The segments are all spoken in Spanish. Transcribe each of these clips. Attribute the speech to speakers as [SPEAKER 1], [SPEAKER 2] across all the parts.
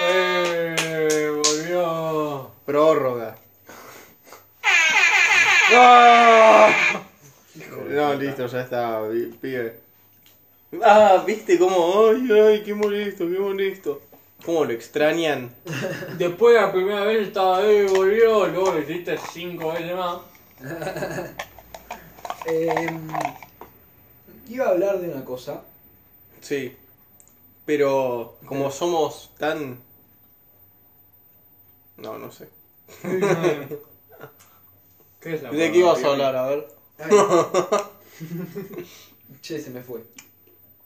[SPEAKER 1] Eh,
[SPEAKER 2] Prórroga.
[SPEAKER 3] ¡Ah!
[SPEAKER 2] No, listo, ya está, pi- pibe.
[SPEAKER 3] Ah, viste cómo. Ay, ay, qué molesto, qué molesto. ¿Cómo lo extrañan?
[SPEAKER 1] Después la primera vez estaba ahí y volvió, luego lo hiciste cinco veces más.
[SPEAKER 4] Em, iba a hablar de una cosa.
[SPEAKER 3] Sí. Pero como somos tan... No, no sé.
[SPEAKER 1] ¿Qué es la
[SPEAKER 3] ¿De qué ibas a hablar? A ver.
[SPEAKER 4] Ay. che, se me fue.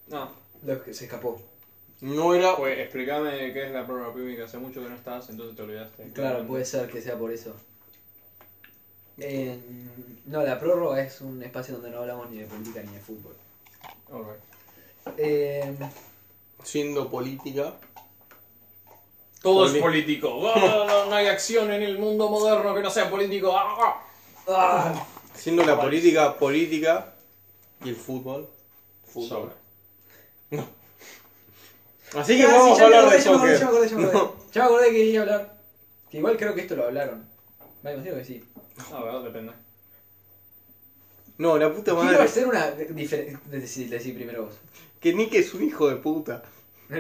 [SPEAKER 1] No,
[SPEAKER 4] Lo que se escapó.
[SPEAKER 3] No era...
[SPEAKER 1] pues explícame qué es la prueba pública. Hace mucho que no estás, entonces te olvidaste.
[SPEAKER 4] Claro, pues. puede ser que sea por eso. Em, no, la prórroga es un espacio donde no hablamos ni de política ni de fútbol.
[SPEAKER 1] Ok.
[SPEAKER 4] Em,
[SPEAKER 3] Siendo política.
[SPEAKER 1] Todo es
[SPEAKER 3] Poli-
[SPEAKER 1] político. No, no, no, no hay acción en el mundo moderno que no sea político. Ah, ah.
[SPEAKER 4] ah,
[SPEAKER 3] Siendo la
[SPEAKER 1] Vale.
[SPEAKER 3] política política y el fútbol. Fútbol.
[SPEAKER 1] Sobre.
[SPEAKER 3] Así que
[SPEAKER 4] ah, sí,
[SPEAKER 3] vamos
[SPEAKER 4] ya
[SPEAKER 3] a
[SPEAKER 4] me
[SPEAKER 3] hablar
[SPEAKER 4] acordé,
[SPEAKER 3] de
[SPEAKER 4] ya me
[SPEAKER 3] soccer.
[SPEAKER 4] acordé, Ya me acordé, ya me acordé. Ya me acordé que quería hablar. Que igual creo que esto lo hablaron. Me imagino que sí.
[SPEAKER 1] A ver, depende.
[SPEAKER 3] No, la puta
[SPEAKER 4] Quiero
[SPEAKER 3] madre.
[SPEAKER 4] hacer una diferencia. Decí, decí primero vos.
[SPEAKER 3] Que Nick es un hijo de puta.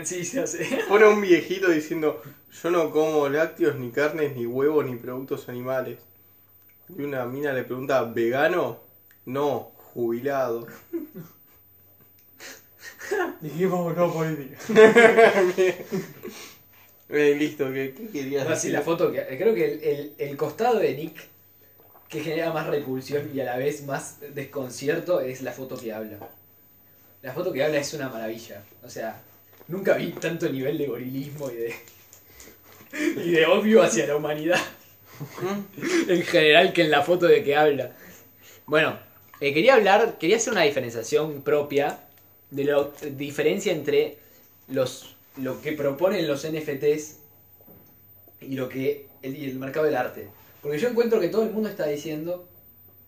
[SPEAKER 4] Sí, se hace.
[SPEAKER 3] Pone a un viejito diciendo, yo no como lácteos, ni carnes, ni huevos, ni productos animales. Y una mina le pregunta, ¿vegano? No, jubilado.
[SPEAKER 1] Dijimos no política.
[SPEAKER 3] Eh, listo, ¿qué, qué querías
[SPEAKER 4] Ahora Ah, sí,
[SPEAKER 3] decir?
[SPEAKER 4] la foto que. eh, Creo que el, el- el costado de Nick que genera más repulsión y a la vez más desconcierto es la foto que habla. La foto que habla es una maravilla. O sea, nunca vi tanto nivel de gorilismo y de. y de obvio hacia la humanidad. en general que en la foto de que habla. Bueno, eh, quería hablar, quería hacer una diferenciación propia de la diferencia entre los lo que proponen los NFTs y lo que el, y el mercado del arte. Porque yo encuentro que todo el mundo está diciendo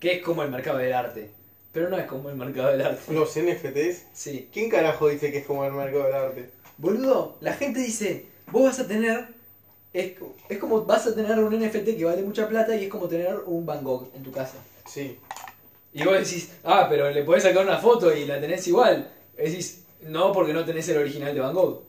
[SPEAKER 4] que es como el mercado del arte, pero no es como el mercado del arte.
[SPEAKER 3] Los NFTs.
[SPEAKER 4] Sí.
[SPEAKER 3] ¿Quién carajo dice que es como el mercado del arte?
[SPEAKER 4] Boludo, la gente dice, vos vas a tener es, es como vas a tener un NFT que vale mucha plata y es como tener un Van Gogh en tu casa.
[SPEAKER 3] Sí.
[SPEAKER 4] Y vos decís, ah, pero le podés sacar una foto y la tenés igual. Decís, no, porque no tenés el original de Van Gogh.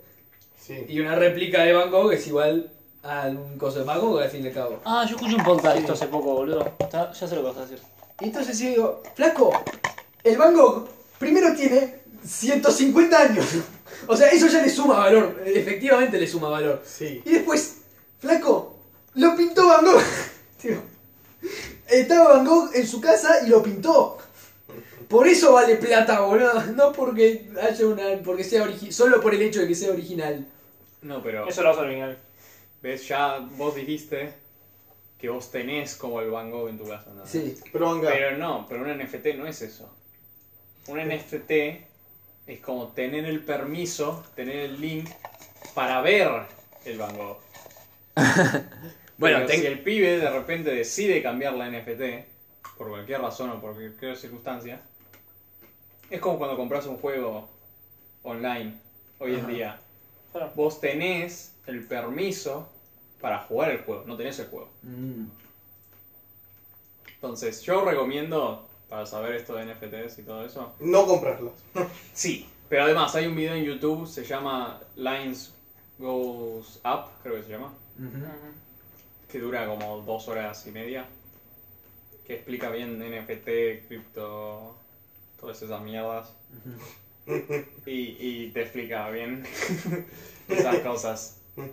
[SPEAKER 3] Sí.
[SPEAKER 4] Y una réplica de Van Gogh es igual a un coso de Van Gogh al fin y al cabo.
[SPEAKER 5] Ah, yo escuché un podcast de esto hace poco, boludo. Está- ya sé lo que vas a decir.
[SPEAKER 4] Y entonces yo digo, flaco, el Van Gogh primero tiene 150 años. O sea, eso ya le suma valor, efectivamente le suma valor.
[SPEAKER 3] Sí.
[SPEAKER 4] Y después, flaco, lo pintó Van Gogh. Tío, estaba Van Gogh en su casa y lo pintó. Por eso vale plata, boludo. No porque haya una. porque sea original. Solo por el hecho de que sea original.
[SPEAKER 1] No, pero
[SPEAKER 5] Eso lo vas a adivinar.
[SPEAKER 1] ves, ya vos dijiste que vos tenés como el Van Gogh en tu casa. nada más.
[SPEAKER 4] Sí.
[SPEAKER 3] Pero venga,
[SPEAKER 1] Pero no, pero un NFT no es eso. Un NFT es como tener el permiso, tener el link para ver el Van Gogh.
[SPEAKER 4] Bueno,
[SPEAKER 1] Pero
[SPEAKER 4] ten-
[SPEAKER 1] si el pibe de repente decide cambiar la NFT, por cualquier razón o por cualquier circunstancia, es como cuando compras un juego online hoy en día.
[SPEAKER 5] Claro.
[SPEAKER 1] Vos tenés el permiso para jugar el juego, no tenés el juego. Entonces, yo recomiendo, para saber esto de NFTs y todo eso,
[SPEAKER 3] no comprarlas.
[SPEAKER 1] sí. Pero además, hay un video en YouTube, se llama Lines Goes Up, creo que se llama, que dura como dos horas y media, que explica bien NFT, cripto, todas esas mierdas. Y, y te explica bien esas cosas. Lo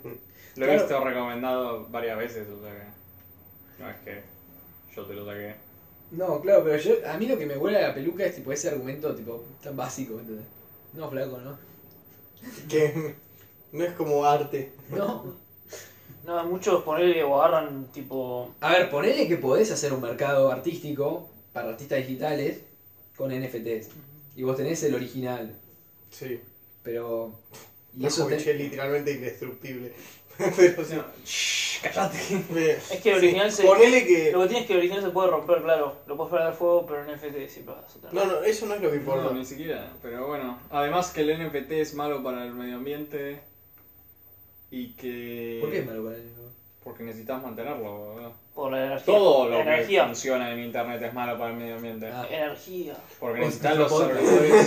[SPEAKER 1] he
[SPEAKER 4] Claro.
[SPEAKER 1] visto recomendado varias veces, o sea que... No es que yo te lo saqué.
[SPEAKER 4] No, claro, pero yo, a mí lo que me huele a la peluca es tipo ese argumento tipo tan básico, ¿entendés? No, flaco, ¿no?
[SPEAKER 3] Que no es como arte.
[SPEAKER 4] No.
[SPEAKER 5] No, muchos ponerle o agarran tipo.
[SPEAKER 4] A ver, ponele que podés hacer un mercado artístico para artistas digitales con NFTs. Y vos tenés el original,
[SPEAKER 3] Sí.
[SPEAKER 4] pero... Y
[SPEAKER 3] Y
[SPEAKER 4] eso te-
[SPEAKER 3] literalmente indestructible. Pero sí.
[SPEAKER 1] No, shh, cállate.
[SPEAKER 5] Es que el original se-
[SPEAKER 3] Pues, Ponele que.
[SPEAKER 5] Lo que tienes es que el original se puede romper, claro. Lo puedes poner al fuego, pero en FT siempre vas a tener.
[SPEAKER 3] No, no, eso no es lo que importa.
[SPEAKER 1] No, ni siquiera, pero bueno. Además que el NFT es malo para el medio ambiente y que...
[SPEAKER 3] eh,
[SPEAKER 4] ¿Por qué es malo para él? no?
[SPEAKER 1] Porque necesitas mantenerlo, ¿verdad?
[SPEAKER 5] Por la energía.
[SPEAKER 1] Todo lo que
[SPEAKER 5] energía.
[SPEAKER 1] funciona en internet es malo para el medio ambiente.
[SPEAKER 4] Ah.
[SPEAKER 5] Energía.
[SPEAKER 1] Porque
[SPEAKER 4] Pues,
[SPEAKER 1] necesitas
[SPEAKER 4] nuestro
[SPEAKER 1] los
[SPEAKER 4] podcast.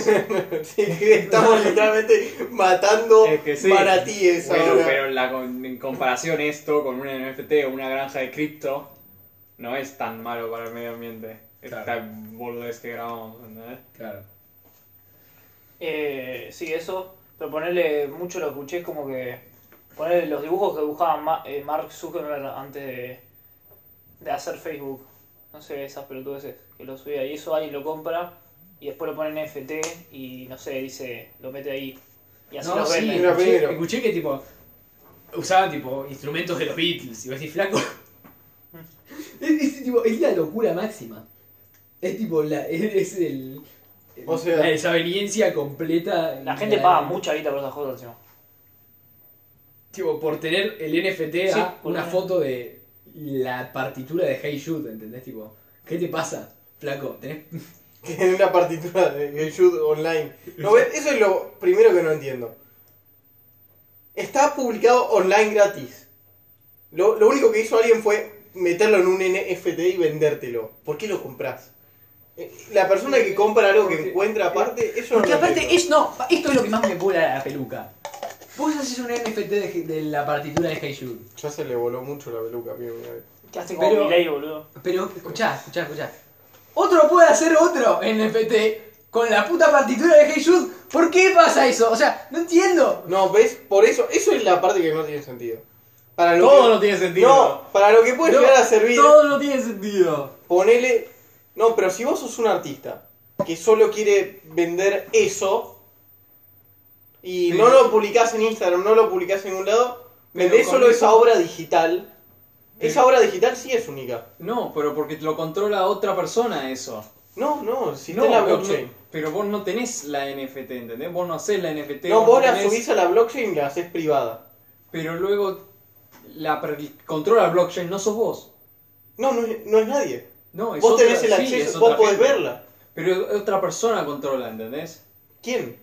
[SPEAKER 1] servidores.
[SPEAKER 3] Estamos literalmente matando
[SPEAKER 1] Es que sí.
[SPEAKER 3] para ti esa
[SPEAKER 1] bueno,
[SPEAKER 3] hora.
[SPEAKER 1] pero la con- en comparación esto con un NFT o una granja de cripto, no es tan malo para el medio ambiente. Esta
[SPEAKER 4] Claro.
[SPEAKER 1] boludez que grabamos, ¿entendés?
[SPEAKER 4] Claro.
[SPEAKER 5] Eh, sí, eso. Pero ponerle mucho lo escuché es como que. Ponerle los dibujos que dibujaba Ma- eh, Mark Zuckerberg antes de, de hacer Facebook. No sé, esas pelotudeces que lo subía. Y eso alguien lo compra y después lo pone en FT y no sé, dice, lo mete ahí. Y así
[SPEAKER 4] No,
[SPEAKER 5] lo
[SPEAKER 4] sí,
[SPEAKER 5] venden.
[SPEAKER 3] una
[SPEAKER 4] escuché,
[SPEAKER 3] primero.
[SPEAKER 4] escuché que tipo usaban tipo instrumentos de los Beatles y vos decís flaco. es, es, tipo, es la locura máxima. Es tipo la, es, es el
[SPEAKER 3] O sea-
[SPEAKER 4] la desaveniencia completa.
[SPEAKER 5] La gente
[SPEAKER 4] La-
[SPEAKER 5] paga mucha guita por esas cosas encima.
[SPEAKER 4] Tipo, por tener el NFT
[SPEAKER 5] Sí,
[SPEAKER 4] a
[SPEAKER 5] por
[SPEAKER 4] una
[SPEAKER 5] tener.
[SPEAKER 4] foto de la partitura de Hey Jude, ¿entendés? Tipo, ¿qué te pasa, flaco? ¿Tenés...
[SPEAKER 3] Que en una partitura de Jude online. No, ¿ves? eso es lo primero que no entiendo. Está publicado online gratis. Lo, lo único que hizo alguien fue meterlo en un NFT y vendértelo. ¿Por qué lo compras? Eh, La persona que compra algo que encuentra aparte, eso no
[SPEAKER 4] Porque
[SPEAKER 3] lo
[SPEAKER 4] aparte,
[SPEAKER 3] entiendo.
[SPEAKER 4] es, no, esto es lo que más me vuela la peluca. Vos haces un NFT de, de la partitura de Hey Jude.
[SPEAKER 3] Ya se le voló mucho la peluca, mira, mira.
[SPEAKER 5] ¿Qué hace como
[SPEAKER 4] Pero-
[SPEAKER 5] Milei, boludo?
[SPEAKER 4] Pero escuchá, escuchá, escuchá. Otro puede hacer otro NFT con la puta partitura de Hey Jude. ¿Por qué pasa eso? O sea, no entiendo.
[SPEAKER 3] No, ¿ves? Por eso, eso es la parte que no tiene sentido. Para lo
[SPEAKER 2] Todo
[SPEAKER 3] que-
[SPEAKER 2] no tiene sentido.
[SPEAKER 3] No, para lo que puede
[SPEAKER 4] No,
[SPEAKER 3] llegar a servir.
[SPEAKER 4] Todo no tiene sentido.
[SPEAKER 3] Ponele. No, pero si vos sos un artista que solo quiere vender eso y no lo publicás en Instagram, no lo publicás en ningún lado,
[SPEAKER 1] Pero
[SPEAKER 3] vendés
[SPEAKER 1] con
[SPEAKER 3] solo
[SPEAKER 1] eso-
[SPEAKER 3] esa obra digital.
[SPEAKER 1] Pero-
[SPEAKER 3] Esa obra digital sí es única.
[SPEAKER 1] No, pero porque lo controla otra persona eso.
[SPEAKER 3] No, no, si
[SPEAKER 1] No,
[SPEAKER 3] está en la
[SPEAKER 1] vos no-
[SPEAKER 3] blockchain.
[SPEAKER 1] pero vos no tenés la NFT, ¿entendés? Vos no hacés la NFT.
[SPEAKER 3] No, vos la
[SPEAKER 1] tenés-
[SPEAKER 3] subís a la blockchain y la haces privada.
[SPEAKER 1] Pero luego la per- controla el blockchain, no sos vos.
[SPEAKER 3] No, no es, no es nadie.
[SPEAKER 1] No, es
[SPEAKER 3] Vos
[SPEAKER 1] otra-
[SPEAKER 3] tenés el
[SPEAKER 1] sí, es
[SPEAKER 3] acceso,
[SPEAKER 1] otra
[SPEAKER 3] vos podés
[SPEAKER 1] gente.
[SPEAKER 3] verla.
[SPEAKER 1] Pero otra persona controla, ¿entendés?
[SPEAKER 3] ¿Quién?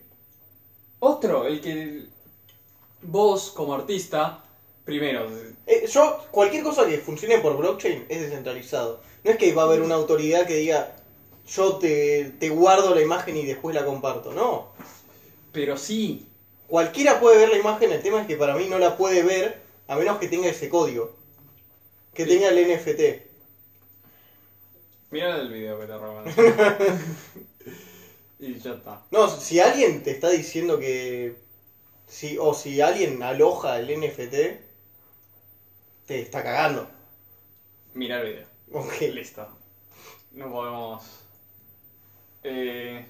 [SPEAKER 1] Otro, el que vos como artista, primero,
[SPEAKER 3] Eh, yo, cualquier cosa que funcione por blockchain es descentralizado. No es que va a haber una autoridad que diga, yo te, te guardo la imagen y después la comparto. No.
[SPEAKER 1] pero sí,
[SPEAKER 3] Cualquiera puede ver la imagen, el tema es que para mí no la puede ver a menos que tenga ese código. Que tenga el NFT.
[SPEAKER 1] mira el video que te roban. y ya está.
[SPEAKER 3] No, si alguien te está diciendo que... Si, o si alguien aloja el NFT, te está cagando.
[SPEAKER 1] Mira el video.
[SPEAKER 3] Ok.
[SPEAKER 1] Listo. No podemos... Eh...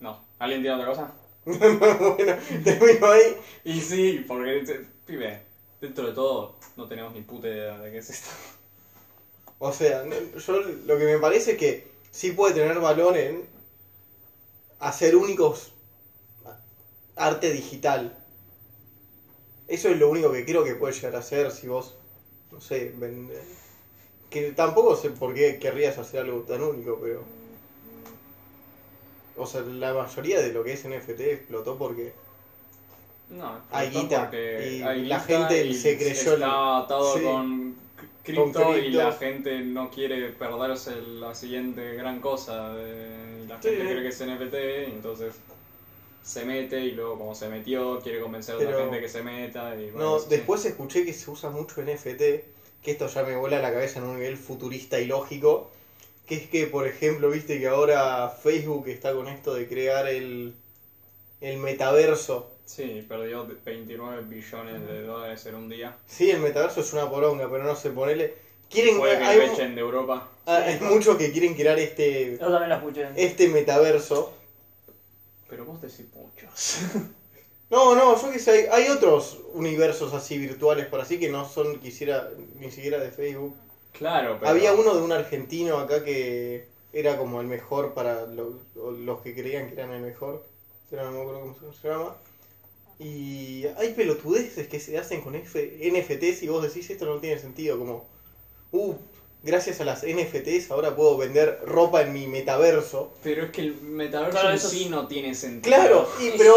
[SPEAKER 1] No. ¿Alguien tiene otra cosa?
[SPEAKER 3] bueno, termino ahí.
[SPEAKER 1] Y sí, porque, te- pibe, dentro de todo, no tenemos ni puta idea de qué es esto.
[SPEAKER 3] O sea, no- yo lo que me parece es que sí puede tener valor en hacer únicos arte digital. Eso es lo único que creo que puede llegar a hacer si vos, no sé, vende- que tampoco sé por qué querrías hacer algo tan único, pero... O sea, la mayoría de lo que es NFT explotó porque...
[SPEAKER 1] No,
[SPEAKER 3] Hay
[SPEAKER 1] explotó
[SPEAKER 3] guita,
[SPEAKER 1] porque
[SPEAKER 3] y
[SPEAKER 1] hay
[SPEAKER 3] la
[SPEAKER 1] guita
[SPEAKER 3] gente
[SPEAKER 1] y
[SPEAKER 3] se creyó el-
[SPEAKER 1] Está atado
[SPEAKER 3] sí.
[SPEAKER 1] con cri- cripto y
[SPEAKER 3] cripto.
[SPEAKER 1] la gente no quiere perderse la siguiente gran cosa. de- y la
[SPEAKER 3] Sí.
[SPEAKER 1] gente cree que es NFT, y entonces se mete y luego, como se metió, quiere convencer a
[SPEAKER 3] Pero-
[SPEAKER 1] otra gente que se meta. Y, bueno,
[SPEAKER 3] No,
[SPEAKER 1] sí.
[SPEAKER 3] después escuché que se usa mucho NFT, que esto ya me vuela la cabeza en un nivel futurista y lógico, que es que, por ejemplo, viste que ahora Facebook está con esto de crear el, el metaverso.
[SPEAKER 1] Sí, perdió 29 billones de dólares en un día.
[SPEAKER 3] Sí, el metaverso es una poronga, pero no sé, ponele... Quieren,
[SPEAKER 1] Puede que
[SPEAKER 3] hay,
[SPEAKER 1] lo
[SPEAKER 3] mu-
[SPEAKER 1] echen de Europa.
[SPEAKER 3] ah, hay muchos que quieren crear este,
[SPEAKER 5] Yo también lo escuché.
[SPEAKER 3] este metaverso.
[SPEAKER 1] Pero vos decís muchos.
[SPEAKER 3] No, no, yo qué sé, hay, hay otros universos así virtuales por así que no son quisiera, ni siquiera de Facebook.
[SPEAKER 1] claro, pero.
[SPEAKER 3] Había uno de un argentino acá que era como el mejor para lo- o los que creían que eran el mejor. Pero no me acuerdo cómo se llama. Y hay pelotudeces que se hacen con F- NFTs y vos decís esto no tiene sentido. Como, uh, gracias a las NFTs ahora puedo vender ropa en mi metaverso.
[SPEAKER 1] Pero es que el metaverso
[SPEAKER 5] Claro,
[SPEAKER 1] en
[SPEAKER 5] eso es-
[SPEAKER 1] sí no tiene sentido.
[SPEAKER 3] Claro, y, pero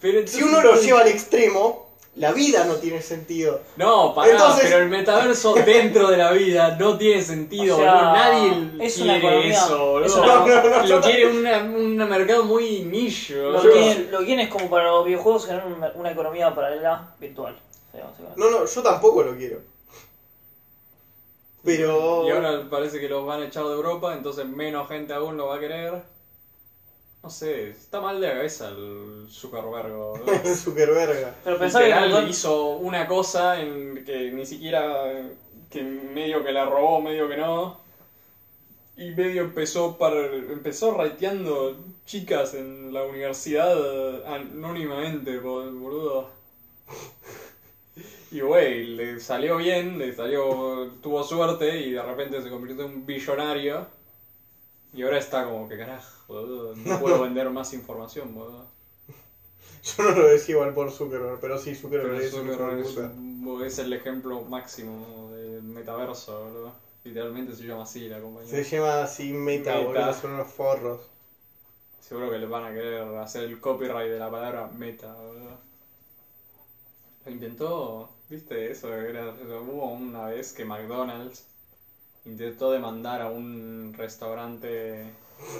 [SPEAKER 1] Pero
[SPEAKER 3] si
[SPEAKER 1] entonces-
[SPEAKER 3] uno lo lleva al extremo, La vida no tiene sentido.
[SPEAKER 1] No, pará,
[SPEAKER 3] Entonces-
[SPEAKER 1] pero el metaverso dentro de la vida no tiene sentido,
[SPEAKER 5] O sea,
[SPEAKER 1] boludo. Nadie
[SPEAKER 5] es una
[SPEAKER 1] quiere
[SPEAKER 5] economía-
[SPEAKER 1] eso, boludo.
[SPEAKER 5] es una-
[SPEAKER 3] No, no, no,
[SPEAKER 1] Lo
[SPEAKER 3] no.
[SPEAKER 1] quiere una- un mercado muy niche,
[SPEAKER 5] Lo
[SPEAKER 1] boludo.
[SPEAKER 5] quieren, lo quieren es como para los videojuegos generar una, una economía paralela virtual. O sea, básicamente.
[SPEAKER 3] No, no, yo tampoco lo quiero. Pero.
[SPEAKER 1] Y ahora parece que los van a echar de Europa, entonces menos gente aún lo va a querer. No sé, está mal de la cabeza el Zuckerberg. boludo.
[SPEAKER 3] Zuckerberg.
[SPEAKER 5] Pero pensaba que un
[SPEAKER 1] Literal
[SPEAKER 5] montón-
[SPEAKER 1] hizo una cosa en que ni siquiera que medio que la robó, medio que no. Y medio empezó para empezó rateando chicas en la universidad anónimamente, bol- boludo. Y güey, le salió bien, le salió tuvo suerte y de repente se convirtió en un billonario. Y ahora está como que carajo, boludo, no puedo vender más información, boludo.
[SPEAKER 3] Yo no lo decía igual por Zuckerberg, pero ¿eh? sí, Zuckerberg
[SPEAKER 1] Pero
[SPEAKER 3] es un hijo
[SPEAKER 1] Zuckerberg
[SPEAKER 3] de
[SPEAKER 1] es,
[SPEAKER 3] puta.
[SPEAKER 1] un- es el ejemplo máximo del metaverso, boludo. Literalmente se llama así la compañía.
[SPEAKER 3] Se llama así Meta,
[SPEAKER 1] Meta.
[SPEAKER 3] boludo, son unos forros.
[SPEAKER 1] Seguro que le van a querer hacer el copyright de la palabra meta, boludo. Lo intentó, viste eso, Era- hubo una vez que McDonald's intentó demandar a un restaurante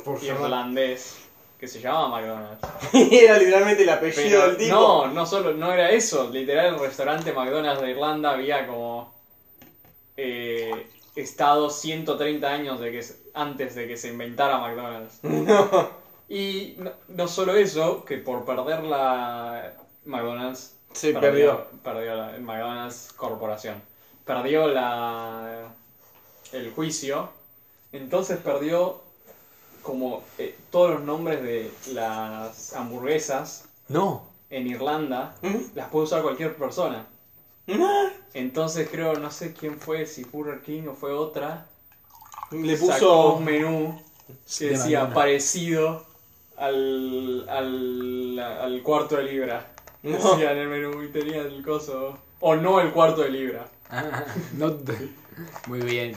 [SPEAKER 3] Por llamar-
[SPEAKER 1] irlandés que se llamaba McDonald's.
[SPEAKER 3] Era literalmente el apellido
[SPEAKER 1] Pero
[SPEAKER 3] del tipo.
[SPEAKER 1] no, no solo, no era eso. Literal, el restaurante McDonald's de Irlanda había como eh, estado 130 años de que, se- antes de que se inventara McDonald's. Y no, no solo eso, que por perder la McDonald's,
[SPEAKER 3] Se
[SPEAKER 1] perdió la el McDonald's Corporación. Perdió la el juicio, entonces perdió como eh, todos los nombres de las hamburguesas
[SPEAKER 3] No.
[SPEAKER 1] en Irlanda las puede usar cualquier persona. Entonces creo, no sé quién fue, si Burger King o fue otra,
[SPEAKER 3] ¿Mm? Le
[SPEAKER 1] sacó
[SPEAKER 3] puso.
[SPEAKER 1] un menú que
[SPEAKER 6] De
[SPEAKER 1] decía
[SPEAKER 6] McDonald's.
[SPEAKER 1] parecido al, al, al cuarto de libra.
[SPEAKER 3] No.
[SPEAKER 1] Decía en el menú y tenía el coso. O no el cuarto de libra.
[SPEAKER 6] Ah, no te- Muy bien.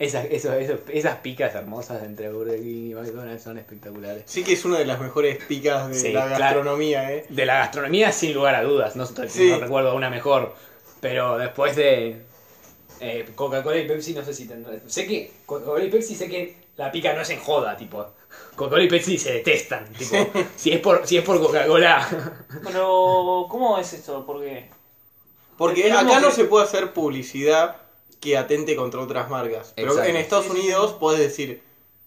[SPEAKER 6] Esas, eso- eso- esas picas hermosas entre Burger King y McDonald's son espectaculares.
[SPEAKER 3] Sí que es una de las mejores picas de
[SPEAKER 6] Sí,
[SPEAKER 3] la
[SPEAKER 6] claro.
[SPEAKER 3] gastronomía, eh.
[SPEAKER 6] De la gastronomía, sin lugar a dudas. No, estoy-
[SPEAKER 3] Sí.
[SPEAKER 6] no recuerdo una mejor. Pero después de.
[SPEAKER 4] Eh, Coca-Cola y Pepsi no sé si tendrá. Sé que Coca-Cola y Pepsi sé que
[SPEAKER 6] La pica no es en joda, tipo. Coca-Cola y Pepsi se detestan. Tipo, si es por, si es por Coca-Cola.
[SPEAKER 5] Pero, ¿cómo es esto? Porque
[SPEAKER 3] Porque
[SPEAKER 5] Es como
[SPEAKER 3] acá no
[SPEAKER 5] que-
[SPEAKER 3] se puede hacer publicidad que atente contra otras marcas. Pero
[SPEAKER 6] Exacto.
[SPEAKER 3] en Estados Unidos podés decir,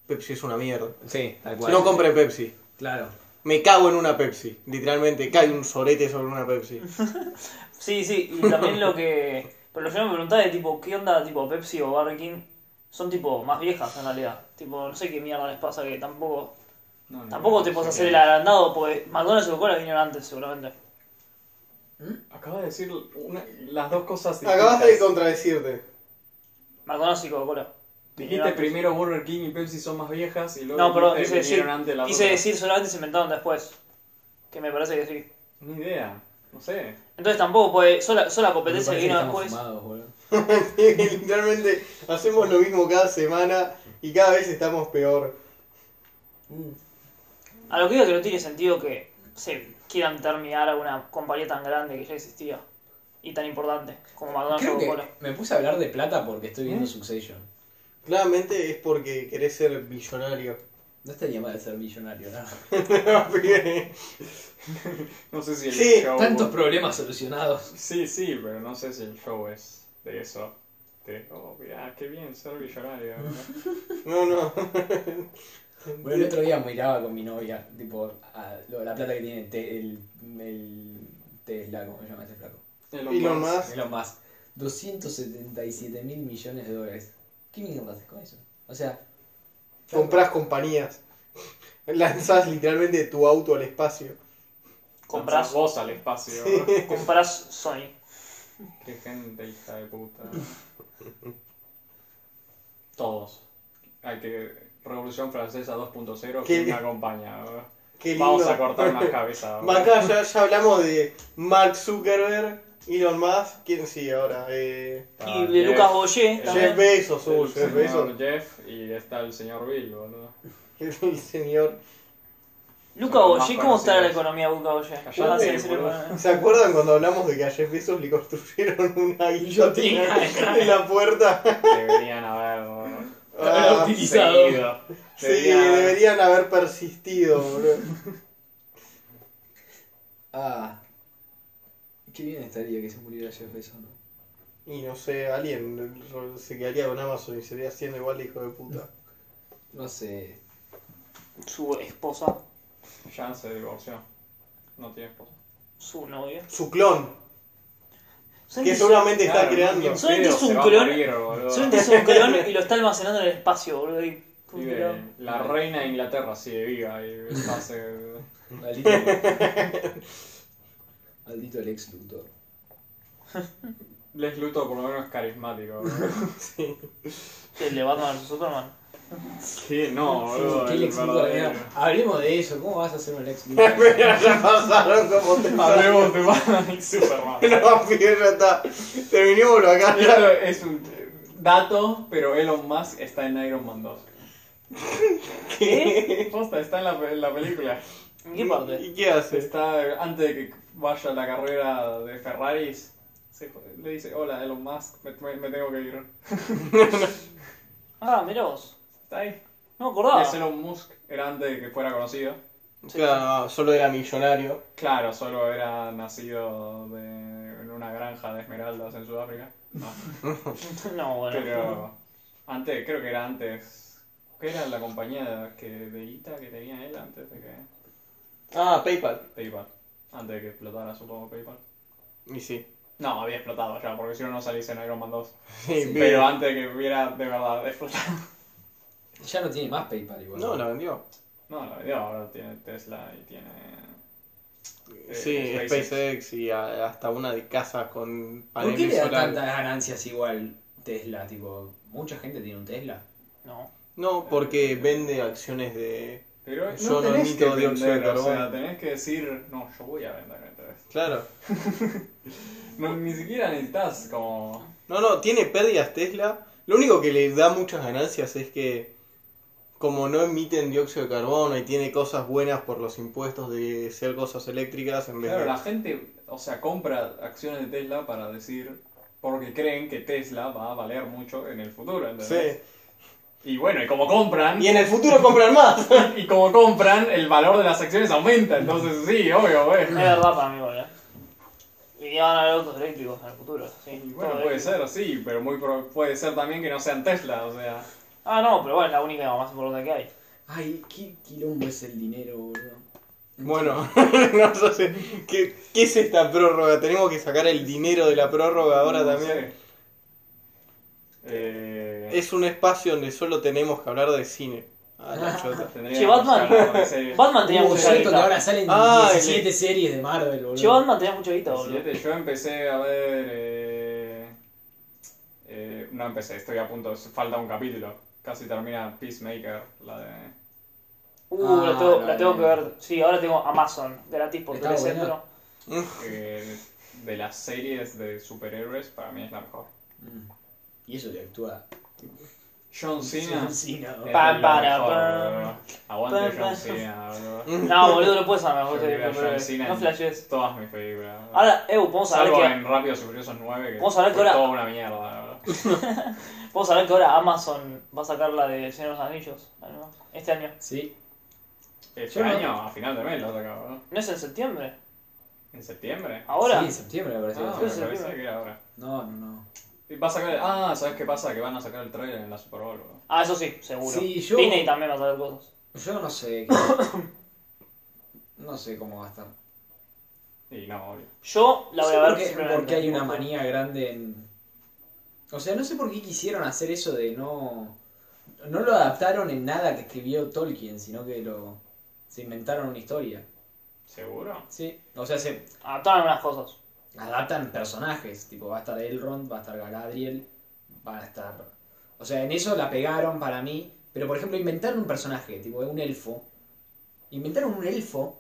[SPEAKER 3] Pepsi es una mierda.
[SPEAKER 6] Sí, tal cual.
[SPEAKER 3] No compren Pepsi.
[SPEAKER 4] Claro.
[SPEAKER 3] Me cago en una Pepsi. Literalmente, cae un sorete sobre una Pepsi.
[SPEAKER 5] Sí, sí, y también lo que. Pero lo que yo me preguntaba de tipo, ¿qué onda tipo Pepsi o Burger King? Son tipo más viejas en realidad. Tipo, no sé qué mierda les pasa que tampoco.
[SPEAKER 1] No, no,
[SPEAKER 5] Tampoco
[SPEAKER 1] no
[SPEAKER 5] te
[SPEAKER 1] sé
[SPEAKER 5] puedes
[SPEAKER 1] qué.
[SPEAKER 5] hacer el agrandado porque McDonald's y Coca-Cola vinieron antes, seguramente.
[SPEAKER 1] Acabas de decir una- las dos cosas
[SPEAKER 3] Acabas de
[SPEAKER 1] distintas.
[SPEAKER 3] contradecirte.
[SPEAKER 5] McDonald's y Coca-Cola. Vinieron
[SPEAKER 1] Dijiste
[SPEAKER 5] antes.
[SPEAKER 1] primero Burger King y Pepsi son más viejas y luego
[SPEAKER 5] No, perdón,
[SPEAKER 1] dijiste
[SPEAKER 5] quise
[SPEAKER 1] que eh,
[SPEAKER 5] decir.
[SPEAKER 1] vinieron antes las
[SPEAKER 5] Quise
[SPEAKER 1] otras.
[SPEAKER 5] decir, solamente se inventaron después. Que me parece que sí.
[SPEAKER 1] Ni idea, no sé.
[SPEAKER 5] Entonces tampoco puede. Sola, sola competencia
[SPEAKER 4] Me
[SPEAKER 5] que
[SPEAKER 4] parece
[SPEAKER 5] vino
[SPEAKER 4] estamos
[SPEAKER 5] después.
[SPEAKER 4] fumados, boludo.
[SPEAKER 3] Literalmente, hacemos lo mismo cada semana y cada vez estamos peor.
[SPEAKER 5] A lo que digo que no tiene sentido que se quieran terminar a una compañía tan grande que ya existía. Y tan importante como McDonald's o
[SPEAKER 4] Creo
[SPEAKER 5] Coca-Cola.
[SPEAKER 4] que me puse a hablar de plata porque estoy viendo Succession.
[SPEAKER 3] Claramente es porque querés ser millonario.
[SPEAKER 4] No estaría mal ser millonario, ¿no?
[SPEAKER 1] No sé si el
[SPEAKER 3] Sí,
[SPEAKER 1] show-
[SPEAKER 4] Tantos problemas solucionados.
[SPEAKER 1] Sí, sí, pero no sé si el show es de eso. De, oh, mirá, qué bien ser millonario. ¿no?
[SPEAKER 3] No, no.
[SPEAKER 4] Bueno, el otro día miraba con mi novia, tipo, a lo- la plata que tiene te- el, el Tesla, ¿cómo se llama ese flaco?
[SPEAKER 3] Elon Musk.
[SPEAKER 4] Es lo más. 277 mil millones de dólares. ¿Qué mierda haces con eso? O sea,
[SPEAKER 3] Comprás compañías. Lanzás literalmente tu auto al espacio.
[SPEAKER 5] Compras-
[SPEAKER 1] Lanzás vos al espacio.
[SPEAKER 5] Comprás Sony.
[SPEAKER 1] Qué gente hija de puta. Todos. Hay que... Revolución Francesa 2.0
[SPEAKER 3] Qué
[SPEAKER 1] que me
[SPEAKER 3] bien.
[SPEAKER 1] acompaña. ¿no?
[SPEAKER 3] Qué lindo.
[SPEAKER 1] Vamos a cortar una cabeza. ¿no?
[SPEAKER 3] Acá ya, ya hablamos de Mark Zuckerberg, Elon Musk, ¿quién sigue ahora? Eh,
[SPEAKER 1] Está
[SPEAKER 5] Y de
[SPEAKER 1] Ah, Jeff,
[SPEAKER 5] Lucas Boyé
[SPEAKER 3] Jeff
[SPEAKER 5] también.
[SPEAKER 3] Bezos, uh,
[SPEAKER 1] el
[SPEAKER 3] Jeff Bezos,
[SPEAKER 1] señor Jeff y está el señor Bill, boludo.
[SPEAKER 3] el señor.
[SPEAKER 5] Luca
[SPEAKER 1] Son los más
[SPEAKER 5] Boyé, ¿cómo estará la
[SPEAKER 1] conocidos.
[SPEAKER 5] economía de Luca Boyé?
[SPEAKER 1] Cállate,
[SPEAKER 5] Van a hacer ese-
[SPEAKER 1] boludo.
[SPEAKER 3] ¿Se acuerdan cuando hablamos de que a Jeff Bezos le construyeron una guillotina en la puerta?
[SPEAKER 1] Deberían haber bueno,
[SPEAKER 3] Ah,
[SPEAKER 4] Utilizado.
[SPEAKER 1] seguido.
[SPEAKER 3] sí,
[SPEAKER 1] Deberían-
[SPEAKER 3] deberían haber persistido, boludo.
[SPEAKER 4] Ah. Qué bien estaría que se muriera Jeff Bezos, ¿no?
[SPEAKER 3] Y no sé, alguien se quedaría con Amazon y sería haciendo igual de hijo de puta.
[SPEAKER 4] No sé.
[SPEAKER 5] Su esposa,
[SPEAKER 1] Jan se divorció. No tiene esposa.
[SPEAKER 5] su novia.
[SPEAKER 3] Su clon,
[SPEAKER 5] ¿Saben
[SPEAKER 3] que
[SPEAKER 5] que
[SPEAKER 3] seguramente
[SPEAKER 1] Claro,
[SPEAKER 3] está creando.
[SPEAKER 1] no,
[SPEAKER 5] Solamente
[SPEAKER 1] pero
[SPEAKER 5] es un
[SPEAKER 1] se va a
[SPEAKER 5] clon.
[SPEAKER 1] morir, boludo.
[SPEAKER 5] Solamente es un clon y lo está almacenando en el espacio, boludo. y-
[SPEAKER 1] Vive la reina de Inglaterra sigue viva y está hace-
[SPEAKER 4] Maldito. Maldito el ex Luthor.
[SPEAKER 1] Les Luthor por lo menos es carismático. boludo.
[SPEAKER 5] El de Batman vs Superman.
[SPEAKER 1] Sí, no, boludo.
[SPEAKER 4] ¿Qué
[SPEAKER 1] el
[SPEAKER 4] Lex Luthor
[SPEAKER 1] verdadero.
[SPEAKER 4] era? Hablemos de eso. ¿Cómo vas a ser un Lex Luthor?
[SPEAKER 3] Pero ya pasaron como tres años.
[SPEAKER 1] Hablemos de Batman y Superman.
[SPEAKER 3] No, pibe, ya está. Terminémoslo acá.
[SPEAKER 1] Y
[SPEAKER 3] ya.
[SPEAKER 1] esto es un dato, pero Elon Musk está en Iron Man 2. ¿Qué? Posta, está en la, pe- en la película.
[SPEAKER 5] ¿En qué parte?
[SPEAKER 3] ¿Y qué hace?
[SPEAKER 1] Está antes de que vaya la carrera de Ferraris. se- le dice, hola Elon Musk, me, me- me tengo que ir.
[SPEAKER 5] Ah, mirá vos.
[SPEAKER 1] Está ahí.
[SPEAKER 5] No
[SPEAKER 1] Y
[SPEAKER 5] me acordaba.
[SPEAKER 1] Es Elon Musk, era antes de que fuera conocido.
[SPEAKER 3] Claro, solo era millonario.
[SPEAKER 1] Claro, solo era nacido de, en una granja de esmeraldas en Sudáfrica. No,
[SPEAKER 5] No, bueno.
[SPEAKER 1] pero antes, creo que era antes. ¿Qué era la compañía que, de ITA que tenía él antes de que.?
[SPEAKER 3] Ah, PayPal.
[SPEAKER 1] PayPal. Antes de que explotara, supongo, PayPal.
[SPEAKER 3] Y sí.
[SPEAKER 1] No, había explotado ya, porque si no, no salís en Iron Man 2.
[SPEAKER 3] Sí, pibe.
[SPEAKER 1] Pero antes de que hubiera de verdad explotado.
[SPEAKER 4] Ya no tiene más PayPal igual.
[SPEAKER 3] No, la vendió.
[SPEAKER 1] No, la vendió, ahora tiene Tesla y tiene. eh,
[SPEAKER 3] Sí,
[SPEAKER 1] SpaceX.
[SPEAKER 3] SpaceX y a- hasta una de casas con
[SPEAKER 4] ¿Por qué
[SPEAKER 3] paneles
[SPEAKER 4] le da
[SPEAKER 3] solares.
[SPEAKER 4] tantas ganancias igual Tesla? Tipo, mucha gente tiene un Tesla.
[SPEAKER 5] No.
[SPEAKER 3] No, porque vende acciones de.
[SPEAKER 1] Pero no
[SPEAKER 3] Yo no
[SPEAKER 1] tenés que
[SPEAKER 3] emito dióxido de
[SPEAKER 1] vender, o sea,
[SPEAKER 3] carbono.
[SPEAKER 1] tenés que decir, no, yo voy a vender, ¿entendés?
[SPEAKER 3] Claro.
[SPEAKER 1] No, ni siquiera necesitas como.
[SPEAKER 3] No, no, tiene pérdidas Tesla. Lo único que le da muchas ganancias es que, como no emiten dióxido de carbono y tiene cosas buenas por los impuestos de ser cosas eléctricas en vez
[SPEAKER 1] Claro,
[SPEAKER 3] de.
[SPEAKER 1] la gente, o sea, compra acciones de Tesla para decir. Porque creen que Tesla va a valer mucho en el futuro, ¿entendés?
[SPEAKER 3] Sí.
[SPEAKER 1] Y bueno, y como compran.
[SPEAKER 3] Y en el futuro compran más.
[SPEAKER 1] Y como compran, el valor de las acciones aumenta, entonces sí, obvio, pues. güey.
[SPEAKER 5] Es verdad para mí, boludo. Y van a haber autos eléctricos en el futuro. Sí,
[SPEAKER 1] Y
[SPEAKER 5] todo
[SPEAKER 1] Bueno, puede ser,
[SPEAKER 5] eléctrico.
[SPEAKER 1] sí, pero muy pro- puede ser también que no sean Tesla, o sea.
[SPEAKER 5] Ah, no, pero bueno, es la única más importante que hay.
[SPEAKER 4] Ay, qué quilombo es el dinero, boludo.
[SPEAKER 3] Bueno, no sé. ¿Qué, qué es esta prórroga? Tenemos que sacar el dinero de la prórroga ahora
[SPEAKER 1] no
[SPEAKER 3] también.
[SPEAKER 1] sé. Eh,
[SPEAKER 3] Es un espacio donde solo tenemos que hablar de cine. Ah, la chota.
[SPEAKER 1] tendría
[SPEAKER 5] Che,
[SPEAKER 1] que
[SPEAKER 5] Batman.
[SPEAKER 1] buscar, no sé,
[SPEAKER 5] Batman tenía
[SPEAKER 4] Hubo
[SPEAKER 5] mucha
[SPEAKER 4] cierto que Uh, ahora
[SPEAKER 5] guita.
[SPEAKER 4] salen
[SPEAKER 3] Ah,
[SPEAKER 4] 17 series de Marvel, boludo.
[SPEAKER 5] Che, Batman tenía mucha guita, boludo.
[SPEAKER 1] siete. Yo empecé a ver. eh, eh, no empecé, estoy a punto, falta un capítulo. Casi termina Peacemaker, la de.
[SPEAKER 5] Uh,
[SPEAKER 4] Ah,
[SPEAKER 5] la tengo,
[SPEAKER 4] no,
[SPEAKER 5] la tengo
[SPEAKER 4] no.
[SPEAKER 5] que ver. Sí, ahora tengo Amazon gratis por
[SPEAKER 4] Está
[SPEAKER 5] telecentro.
[SPEAKER 1] eh, de las series de superhéroes, para mí es la mejor.
[SPEAKER 4] Mm. Y eso que actúa.
[SPEAKER 1] John Cena.
[SPEAKER 4] John Cena, boludo.
[SPEAKER 5] Pa,
[SPEAKER 1] Es
[SPEAKER 5] para,
[SPEAKER 1] lo mejor,
[SPEAKER 5] pa.
[SPEAKER 1] boludo. Aguante
[SPEAKER 5] Pa, pa.
[SPEAKER 1] John Cena, boludo.
[SPEAKER 5] No, boludo, no puedes ser
[SPEAKER 1] Yo
[SPEAKER 5] mejor serie
[SPEAKER 1] creo
[SPEAKER 5] de
[SPEAKER 1] que John
[SPEAKER 5] superhéroes.
[SPEAKER 1] Cena
[SPEAKER 5] No
[SPEAKER 1] en
[SPEAKER 5] flashes.
[SPEAKER 1] Todas mis películas. boludo.
[SPEAKER 5] Ahora, Evo, podemos hablar
[SPEAKER 1] Salvo
[SPEAKER 5] que.
[SPEAKER 1] en Rápidos y Furiosos 9, que
[SPEAKER 5] Vamos a ver que
[SPEAKER 1] fue
[SPEAKER 5] ahora-
[SPEAKER 1] toda una mierda, boludo.
[SPEAKER 5] Vamos a ver que ahora Amazon va a sacar la de Señor de los Anillos, ¿no? este año.
[SPEAKER 4] Sí.
[SPEAKER 1] Este
[SPEAKER 4] Yo no-
[SPEAKER 1] año, a final de mes lo sacaba, boludo.
[SPEAKER 5] ¿No es en septiembre?
[SPEAKER 1] ¿En septiembre?
[SPEAKER 5] ¿Ahora?
[SPEAKER 4] Ah, Sí, en septiembre me parece. que va
[SPEAKER 1] Ah,
[SPEAKER 4] a
[SPEAKER 1] me
[SPEAKER 4] ser.
[SPEAKER 5] sí,
[SPEAKER 1] parece
[SPEAKER 5] sí.
[SPEAKER 1] que era ahora.
[SPEAKER 4] No, no, no.
[SPEAKER 1] Y va a sacar... Ah, ¿sabes qué pasa? Que van a sacar el trailer en la Super Bowl, boludo.
[SPEAKER 5] Ah, eso sí, seguro.
[SPEAKER 4] Sí, yo-
[SPEAKER 5] Disney también va a sacar cosas.
[SPEAKER 4] Yo no sé. no sé cómo va a estar.
[SPEAKER 1] Y no, obvio.
[SPEAKER 5] Yo la voy a ver
[SPEAKER 4] porque,
[SPEAKER 5] simplemente.
[SPEAKER 4] porque hay una manía grande en... O sea, no sé por qué quisieron hacer eso de no... No lo adaptaron en nada que escribió Tolkien, sino que lo... Se inventaron una historia.
[SPEAKER 1] ¿Seguro?
[SPEAKER 4] Sí. O sea, se
[SPEAKER 5] Adaptaron unas cosas.
[SPEAKER 4] adaptan personajes. Tipo, va a estar Elrond, va a estar Galadriel, van a estar... O sea, en eso la pegaron para mí. Pero, por ejemplo, inventaron un personaje, tipo, un elfo. Inventaron un elfo.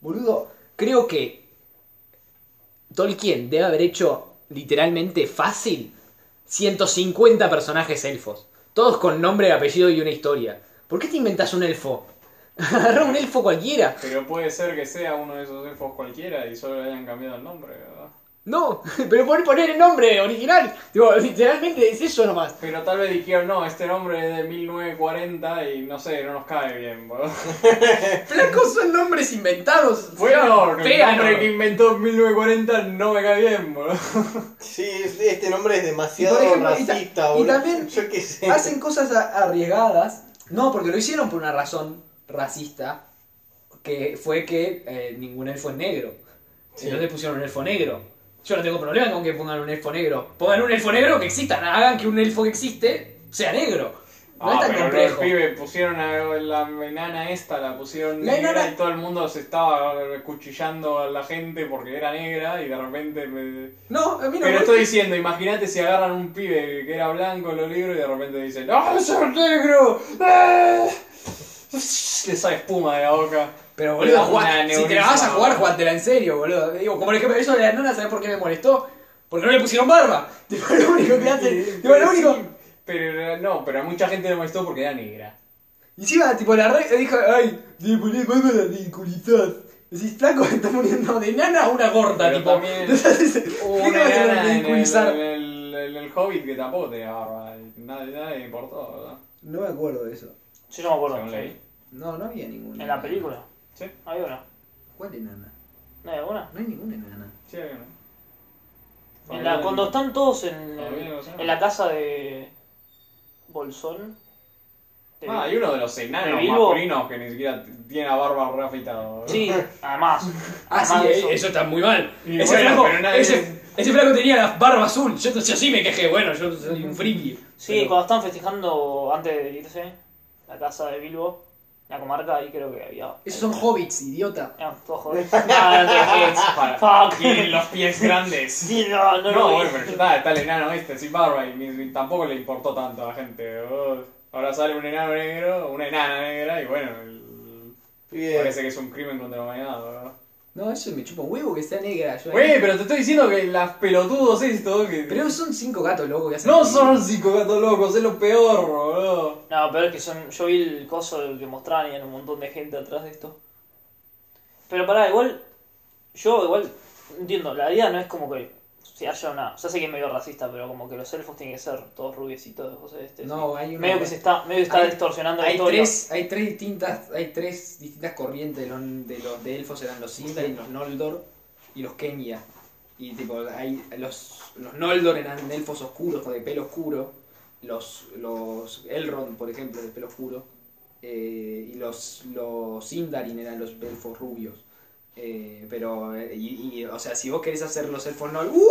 [SPEAKER 4] Boludo, creo que Tolkien debe haber hecho literalmente fácil 150 personajes elfos, todos con nombre, apellido y una historia. ¿Por qué te inventas un elfo?
[SPEAKER 6] Agarraron un elfo cualquiera.
[SPEAKER 1] Pero puede ser que sea uno de esos elfos cualquiera y solo le hayan cambiado el nombre, ¿verdad?
[SPEAKER 6] No, pero poner, poner el nombre original. Digo, literalmente es eso nomás.
[SPEAKER 1] Pero tal vez dijeron, no, este nombre es de 1940 y no sé, no nos cae bien, boludo.
[SPEAKER 7] Flacos son nombres inventados.
[SPEAKER 1] Bueno, el
[SPEAKER 7] fean,
[SPEAKER 1] nombre que inventó en 1940 no me cae bien, boludo.
[SPEAKER 3] Sí, es- este nombre es demasiado
[SPEAKER 4] Y por ejemplo, y ta-
[SPEAKER 3] racista,
[SPEAKER 4] y
[SPEAKER 3] boludo.
[SPEAKER 4] también-
[SPEAKER 3] Yo qué sé.
[SPEAKER 4] Hacen cosas a- arriesgadas. No, porque lo hicieron por una razón racista. Que fue que eh, ningún elfo es negro.
[SPEAKER 3] Sí.
[SPEAKER 4] Entonces pusieron un elfo negro. Yo no tengo problema con que pongan un elfo negro. Pongan un elfo negro que exista. Hagan que un elfo que existe sea negro. No
[SPEAKER 1] ah,
[SPEAKER 4] es tan
[SPEAKER 1] pero los
[SPEAKER 4] complejo.
[SPEAKER 1] pibes pusieron a la enana esta, la pusieron
[SPEAKER 4] La
[SPEAKER 1] negra
[SPEAKER 4] enana-
[SPEAKER 1] y todo el mundo se estaba cuchillando a la gente porque era negra y de repente me...
[SPEAKER 4] No, a mí no
[SPEAKER 1] Pero
[SPEAKER 4] me-
[SPEAKER 1] estoy diciendo, imagínate si agarran un pibe que era blanco en los libros y de repente dicen ¡Ah, soy negro! ¡Ah! Le sale espuma de la boca.
[SPEAKER 4] Pero boludo,
[SPEAKER 1] Una
[SPEAKER 4] jugá- si te la vas a
[SPEAKER 1] neurisma.
[SPEAKER 4] jugar, jugátela en serio, boludo. Digo, como el ejemplo eso de la nana, ¿sabes por qué me molestó? Porque no le pusieron barba. Tipo, lo único que hace. Tipo, lo
[SPEAKER 1] Pero sí,
[SPEAKER 4] único.
[SPEAKER 1] pero no, pero a mucha gente le molestó porque era negra.
[SPEAKER 4] Y encima, tipo, la red dijo, ay, le ponés barba a la ridiculidad. Decís, flaco, te estás muriendo de nana a una gorda,
[SPEAKER 1] Pero
[SPEAKER 4] tipo.
[SPEAKER 1] también-
[SPEAKER 4] Entonces,
[SPEAKER 1] Hubo
[SPEAKER 4] ¿qué
[SPEAKER 1] una
[SPEAKER 4] vas a
[SPEAKER 1] nana Oh, en el,
[SPEAKER 4] ridiculizar?
[SPEAKER 1] en el- en el Hobbit que tampoco tenía barba. y Nadie, nadie le importó, ¿verdad?
[SPEAKER 4] No me acuerdo de eso.
[SPEAKER 5] Yo no me acuerdo.
[SPEAKER 1] Según leí.
[SPEAKER 4] No, no había ninguna.
[SPEAKER 5] En la película.
[SPEAKER 1] Sí.
[SPEAKER 5] Hay una.
[SPEAKER 4] ¿Cuál de nana?
[SPEAKER 5] No hay alguna.
[SPEAKER 4] No hay ninguna nana.
[SPEAKER 1] Sí, había una.
[SPEAKER 5] En la, cuando están todos en,
[SPEAKER 1] Todavía no sé.
[SPEAKER 5] en la casa de Bolsón. de-
[SPEAKER 1] Ah, hay uno de los enanos
[SPEAKER 5] ¿De Bilbo?
[SPEAKER 1] masculinos que ni siquiera t- tiene la barba reafeitada. ¿verdad?
[SPEAKER 5] Sí, además.
[SPEAKER 4] Ah, sí,
[SPEAKER 5] además de
[SPEAKER 4] eh, eso está muy mal.
[SPEAKER 1] Y
[SPEAKER 4] ese,
[SPEAKER 1] bueno,
[SPEAKER 4] flaco,
[SPEAKER 1] pero nadie-
[SPEAKER 4] ese, ese flaco tenía la barba azul. Yo, yo sí me quejé, bueno, yo soy un friki.
[SPEAKER 5] Sí,
[SPEAKER 4] Pero-
[SPEAKER 5] cuando están festejando antes de irse, la casa de Bilbo, la comarca, ahí creo que había.
[SPEAKER 4] Esos son hobbits, idiota.
[SPEAKER 5] Eran todos jóvenes. Madre,
[SPEAKER 1] Para-
[SPEAKER 5] Ah, fuck.
[SPEAKER 1] Tienen los pies grandes.
[SPEAKER 5] Sí, no, no,
[SPEAKER 1] No,
[SPEAKER 5] no.
[SPEAKER 1] bueno, pero ya está, está el enano este sin barba y ni- ni- tampoco le importó tanto a la gente. Oh, Ahora sale un enano negro, una enana negra y bueno, el-
[SPEAKER 3] Bien.
[SPEAKER 1] parece que es un crimen contra la humanidad. ¿verdad?
[SPEAKER 4] No, eso me chupa un huevo que sea negra. yo-
[SPEAKER 1] Güey, pero te estoy diciendo que las pelotudos estos que...
[SPEAKER 4] Pero son cinco gatos locos que hacen.
[SPEAKER 1] No son cinco gatos locos, es lo peor, boludo.
[SPEAKER 5] No, pero es que son. Yo vi el coso que mostraban y eran un montón de gente atrás de esto. Pero pará, igual. Yo igual entiendo, la idea no es como que si haya una. Ya sé que es medio racista, pero como que los elfos tienen que ser todos rubiecitos de cosas de este.
[SPEAKER 4] No, hay una-
[SPEAKER 5] medio que se está, medio que está
[SPEAKER 4] Hay-
[SPEAKER 5] distorsionando la
[SPEAKER 4] Hay
[SPEAKER 5] historia.
[SPEAKER 4] tres, hay tres distintas, hay tres distintas corrientes de los de, los, de elfos, eran los Sindarin, los Noldor y los Kenya. Y tipo, hay los, los Noldor eran elfos oscuros, de pelo oscuro, los, los Elrond, por ejemplo, de pelo oscuro, eh, y los, los Sindarin eran los elfos rubios. Eh, pero, eh, y, y, o sea, si vos querés hacer los elfos Noldor... ¡Uh!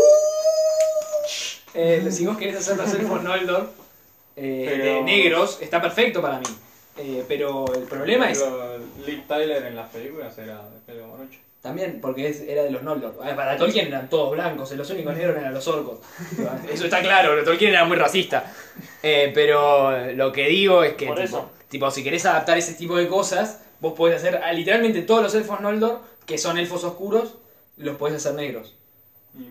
[SPEAKER 4] Eh, si vos querés hacer los elfos Noldor eh,
[SPEAKER 1] Pero-
[SPEAKER 4] de negros, está perfecto para mí. Eh, pero el problema es
[SPEAKER 1] Pero Liv Tyler en las películas era de pelo morocho.
[SPEAKER 4] también porque es- era de los Noldor. Ah, Para Tolkien eran todos blancos, los únicos negros eran los orcos. Eso está claro, pero Tolkien era muy racista.
[SPEAKER 6] Eh, pero lo que digo es que,
[SPEAKER 5] Por
[SPEAKER 6] tipo,
[SPEAKER 5] eso.
[SPEAKER 6] tipo, si
[SPEAKER 4] Si querés adaptar ese tipo de cosas, vos podés hacer a literalmente todos los elfos Noldor, que son elfos oscuros, los podés hacer negros.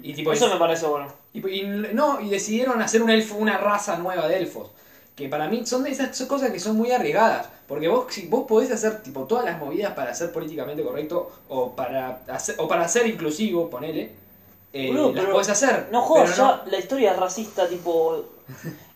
[SPEAKER 4] Y tipo,
[SPEAKER 5] Eso me parece bueno.
[SPEAKER 4] Y, y no, y decidieron hacer un elfo, una raza nueva de elfos. Que para mí son de esas cosas que son muy arriesgadas. Porque vos, si vos podés hacer tipo todas las movidas para ser políticamente correcto o para hacer, o para ser inclusivo, ponele. eh,
[SPEAKER 5] Boludo,
[SPEAKER 4] las
[SPEAKER 5] pero-
[SPEAKER 4] podés hacer.
[SPEAKER 5] No jodas,
[SPEAKER 4] pero no-
[SPEAKER 5] ya la historia es racista, tipo.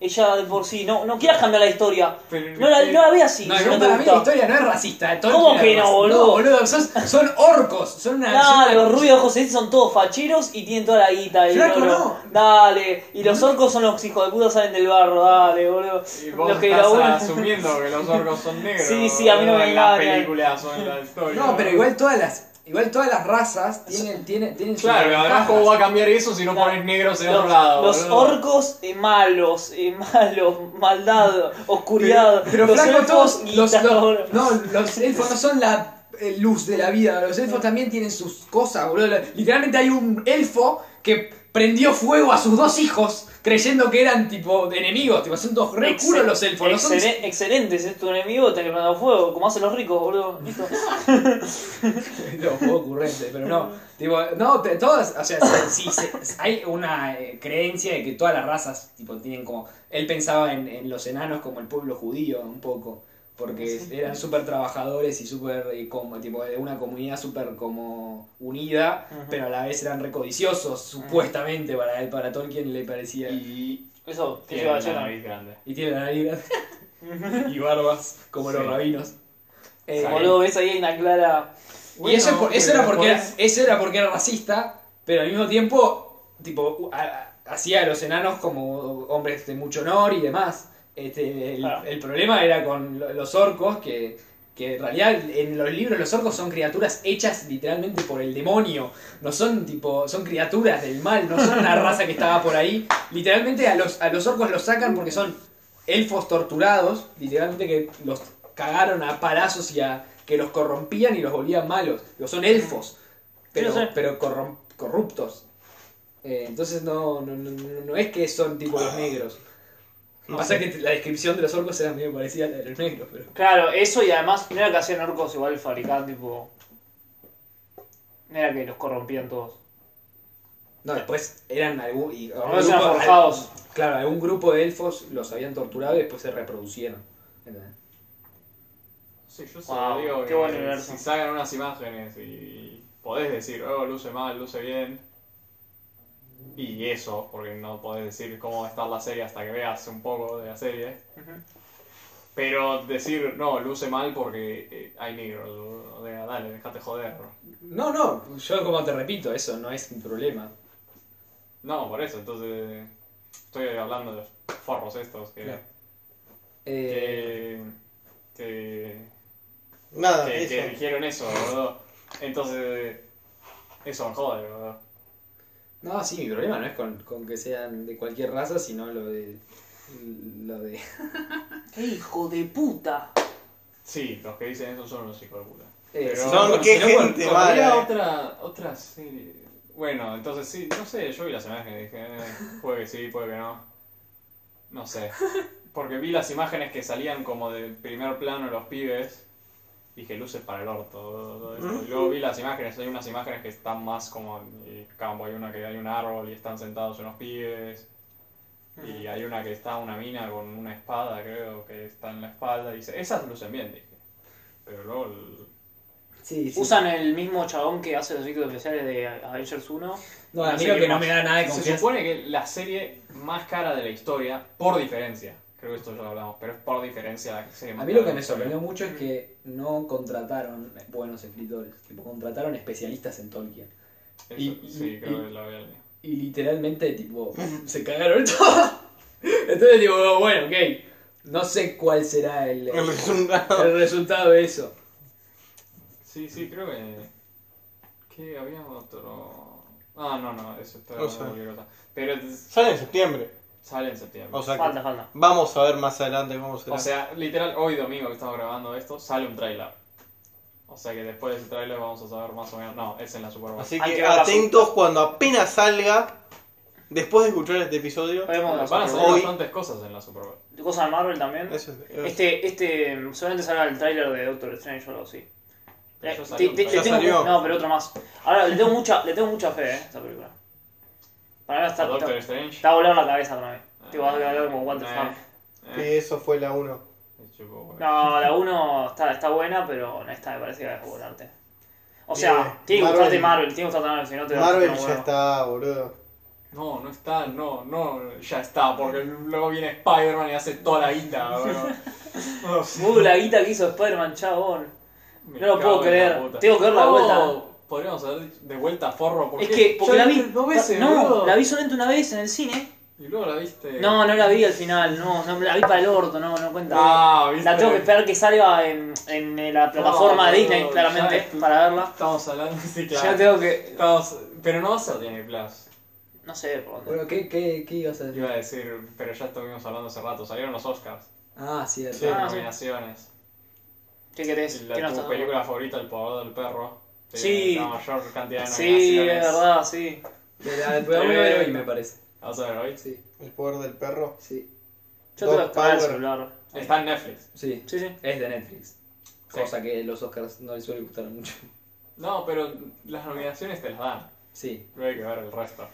[SPEAKER 5] Ella de por sí, no, no quieras cambiar la historia.
[SPEAKER 1] Pero-
[SPEAKER 5] No la, no la veas así,
[SPEAKER 4] No,
[SPEAKER 5] si
[SPEAKER 4] igual
[SPEAKER 5] no te
[SPEAKER 4] para mí la
[SPEAKER 5] gusta.
[SPEAKER 4] historia no es racista. Tolkien
[SPEAKER 5] ¿Cómo
[SPEAKER 4] era
[SPEAKER 5] que no,
[SPEAKER 4] racista.
[SPEAKER 5] boludo?
[SPEAKER 4] boludo, sos- son orcos. Son una. son
[SPEAKER 5] Nah,
[SPEAKER 4] una-
[SPEAKER 5] los rubios de José Este son todos facheros y tienen toda la guita. Y
[SPEAKER 4] Flaco,
[SPEAKER 5] todo lo-
[SPEAKER 4] no.
[SPEAKER 5] Dale, y los orcos son los hijos de puta salen del barro, dale, boludo.
[SPEAKER 1] Y vos
[SPEAKER 5] Los que
[SPEAKER 1] estás
[SPEAKER 5] laburan-
[SPEAKER 1] asumiendo que los orcos son negros.
[SPEAKER 5] Sí, sí, a mí no
[SPEAKER 1] boludo,
[SPEAKER 5] me
[SPEAKER 1] en las
[SPEAKER 5] engañan.
[SPEAKER 1] películas o en la historia.
[SPEAKER 4] No,
[SPEAKER 1] boludo.
[SPEAKER 4] pero igual todas las. Igual todas las razas tienen, tienen, tienen sus
[SPEAKER 1] Claro, además,
[SPEAKER 4] ventajas.
[SPEAKER 1] ¿cómo va a cambiar eso si no
[SPEAKER 5] Claro.
[SPEAKER 1] pones negros en
[SPEAKER 5] Los,
[SPEAKER 1] otro lado?
[SPEAKER 5] los
[SPEAKER 1] boludo?
[SPEAKER 5] orcos eh, malos, eh, malos, maldad, oscuridad.
[SPEAKER 4] Pero
[SPEAKER 5] los
[SPEAKER 4] flaco,
[SPEAKER 5] elfos,
[SPEAKER 4] todos los,
[SPEAKER 5] guita,
[SPEAKER 4] los-
[SPEAKER 5] boludo.
[SPEAKER 4] no, los elfos no son la eh, luz de la vida, los elfos también tienen sus cosas, boludo. La- Literalmente hay un elfo que prendió fuego a sus dos hijos creyendo que eran tipo de enemigos, tipo, son dos re
[SPEAKER 5] Excel-
[SPEAKER 4] culos los elfos, no son-
[SPEAKER 5] excelen- Excelente, si es tu enemigo, te que prender fuego, como hacen los ricos, boludo. Listo.
[SPEAKER 4] No, fue ocurrente, pero no. Tipo, no, te- todas, o sea, si, si- si- hay una eh, creencia de que todas las razas, tipo, tienen como, él pensaba en, en los enanos como el pueblo judío, un poco, Porque eran súper trabajadores y súper, eh, como, tipo, de una comunidad súper como unida,
[SPEAKER 5] Ujú.
[SPEAKER 4] pero a la vez eran recodiciosos, supuestamente, para él, para Tolkien le parecía. Y,
[SPEAKER 1] Y
[SPEAKER 5] Eso, eso
[SPEAKER 1] tiene
[SPEAKER 5] iba a
[SPEAKER 1] una
[SPEAKER 5] ser.
[SPEAKER 1] nariz grande.
[SPEAKER 4] tiene la nariz grande. y barbas, como los
[SPEAKER 1] Sí.
[SPEAKER 4] rabinos. Eh,
[SPEAKER 1] Sí.
[SPEAKER 5] Boludo, ves ahí hay una clara.
[SPEAKER 4] y eso, es por- eso era
[SPEAKER 7] pero
[SPEAKER 4] porque era,
[SPEAKER 7] después-
[SPEAKER 4] eso era porque era racista, pero al mismo tiempo, tipo, a- a- hacía a los enanos como hombres de mucho honor y demás. Este, el,
[SPEAKER 5] Claro.
[SPEAKER 4] el problema era con lo- los orcos, que, que en realidad en los libros los orcos son criaturas hechas literalmente por el demonio. No son tipo, son criaturas del mal, no son una raza que estaba por ahí. Literalmente a los, a los orcos los sacan porque son elfos torturados, literalmente que los cagaron a palazos y a que los corrompían y los volvían malos. Digo, son elfos, pero,
[SPEAKER 5] Sí, lo sé.
[SPEAKER 4] pero corrom- corruptos. Eh, entonces no, no, no, no- no es que son tipo los negros. Pasa que la descripción de los orcos era medio parecida a la de los negros, pero...
[SPEAKER 5] Claro, eso y además no era que hacían orcos igual fabricaban tipo. No era que los corrompían todos.
[SPEAKER 4] No, después eran algún... y
[SPEAKER 5] Por lo
[SPEAKER 4] algún
[SPEAKER 5] menos eran
[SPEAKER 4] grupo-
[SPEAKER 1] eh.
[SPEAKER 5] forjados.
[SPEAKER 4] al- claro, algún grupo de elfos los habían torturado y después se reproducieron. ¿entendés?
[SPEAKER 1] Sí, yo
[SPEAKER 5] Wow,
[SPEAKER 1] solo digo
[SPEAKER 5] qué
[SPEAKER 1] que
[SPEAKER 5] buen universo.
[SPEAKER 1] si sacan unas imágenes y podés decir, oh, luce mal, luce bien. Y eso, porque no podés decir cómo va a estar la serie hasta que veas un poco de la serie.
[SPEAKER 5] Ujú.
[SPEAKER 1] Pero decir, no, luce mal porque eh, hay negros. o- o sea, dale, déjate joder.
[SPEAKER 4] No, no, yo como te repito, eso no es mi problema.
[SPEAKER 1] No, por eso, entonces estoy hablando de los forros estos que,
[SPEAKER 4] Claro. Eh,
[SPEAKER 1] que, que
[SPEAKER 5] Ah,
[SPEAKER 3] Nada,
[SPEAKER 1] que, que
[SPEAKER 3] eso.
[SPEAKER 1] dijeron eso, boludo. Entonces, eso me jode, boludo.
[SPEAKER 4] No, sí, mi problema no es con, con que sean de cualquier raza, sino lo de. Lo de. eh,
[SPEAKER 5] ¡Qué hijo de puta!
[SPEAKER 1] Sí, los que dicen eso son unos hijos de puta.
[SPEAKER 4] eh,
[SPEAKER 1] Pero-
[SPEAKER 4] sino con-
[SPEAKER 3] qué
[SPEAKER 4] sino con-
[SPEAKER 3] gente,
[SPEAKER 4] con-
[SPEAKER 3] va.
[SPEAKER 1] Había
[SPEAKER 3] Vale.
[SPEAKER 1] otra, otra serie. Bueno, entonces sí, no sé, yo vi las imágenes y dije, eh, puede que sí, puede que no. No sé. Porque vi las imágenes que salían como de primer plano los pibes. Dije, luces para el orto. todo esto. Y luego vi las imágenes, hay unas imágenes que están más como en el campo. Hay una que hay un árbol y están sentados unos pibes. Y hay una que está una mina con una espada, creo, que está en la espalda. Y dice, esas lucen bien, dije. Pero luego el-
[SPEAKER 4] Sí, sí.
[SPEAKER 5] Usan el mismo chabón que hace los efectos especiales de Avengers 1.
[SPEAKER 4] No, a
[SPEAKER 1] no
[SPEAKER 4] mí
[SPEAKER 1] sé
[SPEAKER 4] lo
[SPEAKER 1] qué
[SPEAKER 4] que no
[SPEAKER 1] más.
[SPEAKER 4] me da nada de
[SPEAKER 1] Se
[SPEAKER 4] confianza.
[SPEAKER 1] supone que la serie más cara de la historia, por diferencia, creo que esto ya lo hablamos, pero es por diferencia la serie más
[SPEAKER 4] A mí lo
[SPEAKER 1] cara de
[SPEAKER 4] que
[SPEAKER 1] la
[SPEAKER 4] me
[SPEAKER 1] historia.
[SPEAKER 4] sorprendió mucho es que no contrataron buenos escritores, tipo, contrataron especialistas en Tolkien.
[SPEAKER 1] Eso,
[SPEAKER 4] y-
[SPEAKER 1] sí,
[SPEAKER 4] y-
[SPEAKER 1] creo
[SPEAKER 4] y-
[SPEAKER 1] que lo había leído.
[SPEAKER 4] Y literalmente, tipo, se cagaron todos. Entonces, digo, bueno, ok. No sé cuál será el,
[SPEAKER 3] El
[SPEAKER 4] el
[SPEAKER 3] resultado.
[SPEAKER 4] resultado de eso.
[SPEAKER 1] Sí, sí, creo que. Que había otro. Ah, no, no, eso está
[SPEAKER 3] No sé.
[SPEAKER 1] en otra cosa. Pero es-
[SPEAKER 3] Sale en septiembre.
[SPEAKER 1] sale en septiembre.
[SPEAKER 3] O
[SPEAKER 1] O sea,
[SPEAKER 3] sea, que
[SPEAKER 5] Falta, falta.
[SPEAKER 3] vamos a ver más adelante cómo será.
[SPEAKER 1] literal, hoy domingo que estamos grabando esto, sale un trailer. O sea que después de ese trailer vamos a saber más o menos. No, es en la Super Bowl.
[SPEAKER 3] Así
[SPEAKER 5] Hay
[SPEAKER 3] que
[SPEAKER 5] que ver la
[SPEAKER 3] atentos cuando apenas salga, después de escuchar este episodio.
[SPEAKER 5] Vemos
[SPEAKER 1] Van
[SPEAKER 5] las
[SPEAKER 1] a
[SPEAKER 5] otras
[SPEAKER 1] salir
[SPEAKER 3] hoy-
[SPEAKER 1] bastantes cosas en la Super Bowl.
[SPEAKER 5] cosas de Marvel también.
[SPEAKER 3] Eso es- eh,
[SPEAKER 5] Este, este, seguramente salga el tráiler de Doctor Strange o algo así.
[SPEAKER 1] Pero
[SPEAKER 5] Eh,
[SPEAKER 1] ya
[SPEAKER 5] te-
[SPEAKER 1] salió un
[SPEAKER 5] te-
[SPEAKER 1] trailer.
[SPEAKER 5] le tengo-
[SPEAKER 3] Ya salió.
[SPEAKER 5] No, pero otro más. Ahora, le tengo mucha, le tengo mucha fe, eh, a esta película. Para mí va a estar-
[SPEAKER 1] Doctor
[SPEAKER 5] está,
[SPEAKER 1] Strange.
[SPEAKER 5] está a volar la cabeza para mí.
[SPEAKER 1] Ah,
[SPEAKER 5] Tipo, va a quedar como What the
[SPEAKER 1] eh,
[SPEAKER 5] fuck.
[SPEAKER 3] Sí,
[SPEAKER 1] eh,
[SPEAKER 3] eso fue la 1.
[SPEAKER 1] me chupó, güey.
[SPEAKER 5] No, la 1 está, está buena, pero no está, me parece que va a volarte. O sea,
[SPEAKER 3] Bien.
[SPEAKER 5] tiene que
[SPEAKER 3] Marvel.
[SPEAKER 5] gustarte Marvel, tiene que gustarte Marvel, si no te Este va a
[SPEAKER 3] Marvel
[SPEAKER 5] gustar un
[SPEAKER 3] ya
[SPEAKER 5] huevo.
[SPEAKER 3] está, boludo.
[SPEAKER 1] No, no está, no, no, ya está, porque luego viene Spider-Man y hace toda la guita, boludo. Uf,
[SPEAKER 5] Uh, la guita que hizo Spider-Man, chabón.
[SPEAKER 1] me
[SPEAKER 5] No lo puedo
[SPEAKER 1] cago en la
[SPEAKER 5] creer.
[SPEAKER 1] puta.
[SPEAKER 5] Tengo que verla de
[SPEAKER 1] No,
[SPEAKER 5] vuelta.
[SPEAKER 1] Podríamos haber dicho de vuelta a forro, porque
[SPEAKER 5] Es que, porque
[SPEAKER 1] ya
[SPEAKER 5] la vi.
[SPEAKER 1] dos veces,
[SPEAKER 5] no,
[SPEAKER 1] boludo.
[SPEAKER 5] la vi solamente una vez en el cine.
[SPEAKER 1] Y luego la viste.
[SPEAKER 5] No, no la vi al final, no, no la vi para el orto, no, no cuenta.
[SPEAKER 1] Ah, viste.
[SPEAKER 5] La tengo que esperar que salga en, en eh, la plataforma
[SPEAKER 1] No,
[SPEAKER 5] de Disney,
[SPEAKER 1] no, ya
[SPEAKER 5] claramente,
[SPEAKER 1] estoy-
[SPEAKER 5] para verla.
[SPEAKER 1] Estamos hablando, sí, claro.
[SPEAKER 5] Ya tengo que.
[SPEAKER 1] Estamos- Pero no va a ser Disney Plus.
[SPEAKER 5] No sé por dónde.
[SPEAKER 4] Bueno, ¿qué, qué, qué ibas a decir?
[SPEAKER 1] Iba a decir, pero ya estuvimos hablando hace rato, salieron los Oscars.
[SPEAKER 4] Ah, cierto.
[SPEAKER 1] Las
[SPEAKER 5] Ah, sí.
[SPEAKER 1] nominaciones.
[SPEAKER 5] ¿Qué querés?
[SPEAKER 1] La,
[SPEAKER 5] ¿Qué no
[SPEAKER 1] tu
[SPEAKER 5] estás-
[SPEAKER 1] película favorita, El Poder del Perro. tiene
[SPEAKER 5] Sí.
[SPEAKER 1] La mayor cantidad de
[SPEAKER 5] Sí, es
[SPEAKER 1] nominaciones.
[SPEAKER 5] verdad, sí.
[SPEAKER 4] De la- voy a ver hoy, me parece.
[SPEAKER 1] Vamos a ver hoy.
[SPEAKER 4] Sí,
[SPEAKER 3] El poder del perro.
[SPEAKER 4] sí,
[SPEAKER 5] Yo tengo que
[SPEAKER 3] Dog
[SPEAKER 5] esperar el
[SPEAKER 3] Power.
[SPEAKER 5] celular.
[SPEAKER 1] Está en Netflix.
[SPEAKER 4] sí.
[SPEAKER 5] Sí, sí.
[SPEAKER 4] Es de Netflix.
[SPEAKER 1] Sí.
[SPEAKER 4] Cosa que los Oscars no les suele gustar mucho.
[SPEAKER 1] No, pero las nominaciones te las dan.
[SPEAKER 4] Sí.
[SPEAKER 1] No hay que ver el resto.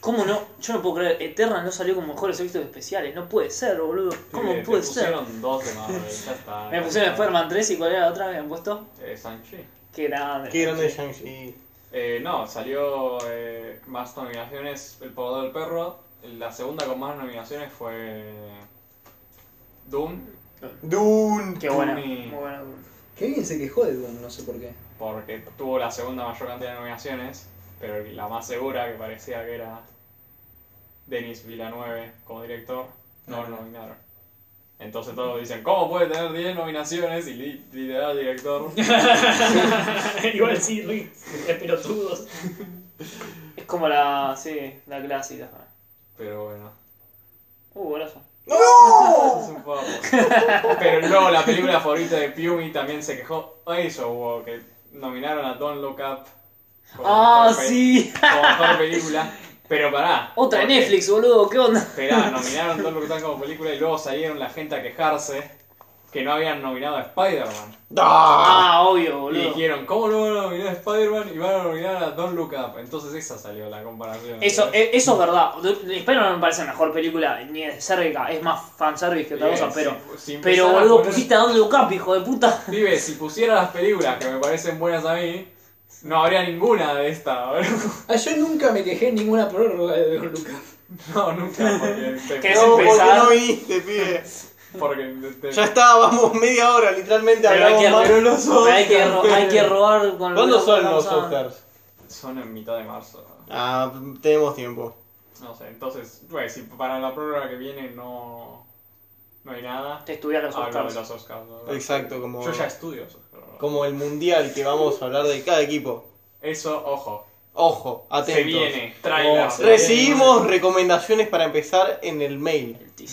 [SPEAKER 5] ¿Cómo no? Yo no puedo creer. Eterna no salió con mejores efectos especiales. No puede ser, boludo. ¿Cómo
[SPEAKER 1] Te- te
[SPEAKER 5] puede ser?
[SPEAKER 1] pusieron dos de Marvel, ya está.
[SPEAKER 5] Me pusieron Spider-Man 3 y cuál era la otra que me han puesto.
[SPEAKER 1] Eh, Shang-Chi.
[SPEAKER 5] Qué grande.
[SPEAKER 3] Qué grande es Shang-Chi.
[SPEAKER 1] Eh, no, salió eh, más nominaciones El Poder del Perro. La segunda con más nominaciones fue Doom,
[SPEAKER 3] Dune.
[SPEAKER 5] Qué buena.
[SPEAKER 1] Tony.
[SPEAKER 5] Muy buena.
[SPEAKER 4] Que alguien se quejó de Doom, no sé por qué.
[SPEAKER 1] porque tuvo la segunda mayor cantidad de nominaciones, pero la más segura, que parecía que era Denis Villeneuve como director, no lo nominaron. Entonces todos dicen, ¿cómo puede tener 10 nominaciones y li- literal director?
[SPEAKER 5] Igual sí, Rick. Es pelotudos. Es como la. sí, la clásica.
[SPEAKER 1] Pero bueno,
[SPEAKER 5] Uh, golazo.
[SPEAKER 1] eso es un poco. Pero luego la película favorita de Piumi también se quejó. Eso hubo, que nominaron a Don't Look Up como
[SPEAKER 5] ¡Ah,
[SPEAKER 1] mejor pe-
[SPEAKER 5] sí!
[SPEAKER 1] como mejor película. Pero pará.
[SPEAKER 5] Otra de
[SPEAKER 1] porque-
[SPEAKER 5] Netflix, boludo. ¿Qué onda?
[SPEAKER 1] Esperá, nominaron Don't Look Up como película y luego salieron la gente a quejarse que no habían nominado a Spider-Man.
[SPEAKER 5] Ah, obvio,
[SPEAKER 1] Y
[SPEAKER 5] boludo.
[SPEAKER 1] dijeron, ¿cómo no van a nominar a Spider-Man y van a nominar a Don't Look Up? Entonces esa salió la comparación.
[SPEAKER 5] Eso, e- eso es verdad. Spider-Man me parece la mejor película, ni de cerca. Es más fanservice que otra cosa, pero. Pero, boludo, pusiste a Don Lucas, hijo de puta.
[SPEAKER 1] Vive, si pusiera las películas que me parecen buenas a mí, no habría ninguna de esta, boludo.
[SPEAKER 4] Ah, yo nunca me quejé en ninguna prórroga de Don Luca.
[SPEAKER 1] No, nunca, porque te-
[SPEAKER 5] Que es
[SPEAKER 3] No, ¿por qué
[SPEAKER 5] empezar?
[SPEAKER 3] no viniste, pibe?
[SPEAKER 1] porque te- te-
[SPEAKER 3] Ya estábamos media hora, literalmente
[SPEAKER 5] Pero hay
[SPEAKER 3] hablamos
[SPEAKER 5] que-
[SPEAKER 3] más.
[SPEAKER 5] pero
[SPEAKER 3] los
[SPEAKER 5] Pero hay que, ro- hay que robar con
[SPEAKER 3] ¿Cuándo son los
[SPEAKER 5] Oscar?
[SPEAKER 3] Oscars?
[SPEAKER 1] son en mitad de marzo.
[SPEAKER 3] Ah, tenemos tiempo.
[SPEAKER 1] No sé, entonces, bueno, si para la prórroga que viene no, no hay nada,
[SPEAKER 5] Te estudian los
[SPEAKER 1] hablo Ah, de
[SPEAKER 5] Oscars.
[SPEAKER 1] los Oscars. ¿no?
[SPEAKER 3] Exacto, como,
[SPEAKER 1] Yo ya estudio los Oscars. ¿no?
[SPEAKER 3] como el mundial que vamos a hablar de cada equipo.
[SPEAKER 1] Eso, ojo,
[SPEAKER 3] Ojo, atentos.
[SPEAKER 1] se viene, trailer.
[SPEAKER 3] Recibimos recomendaciones para empezar en el mail.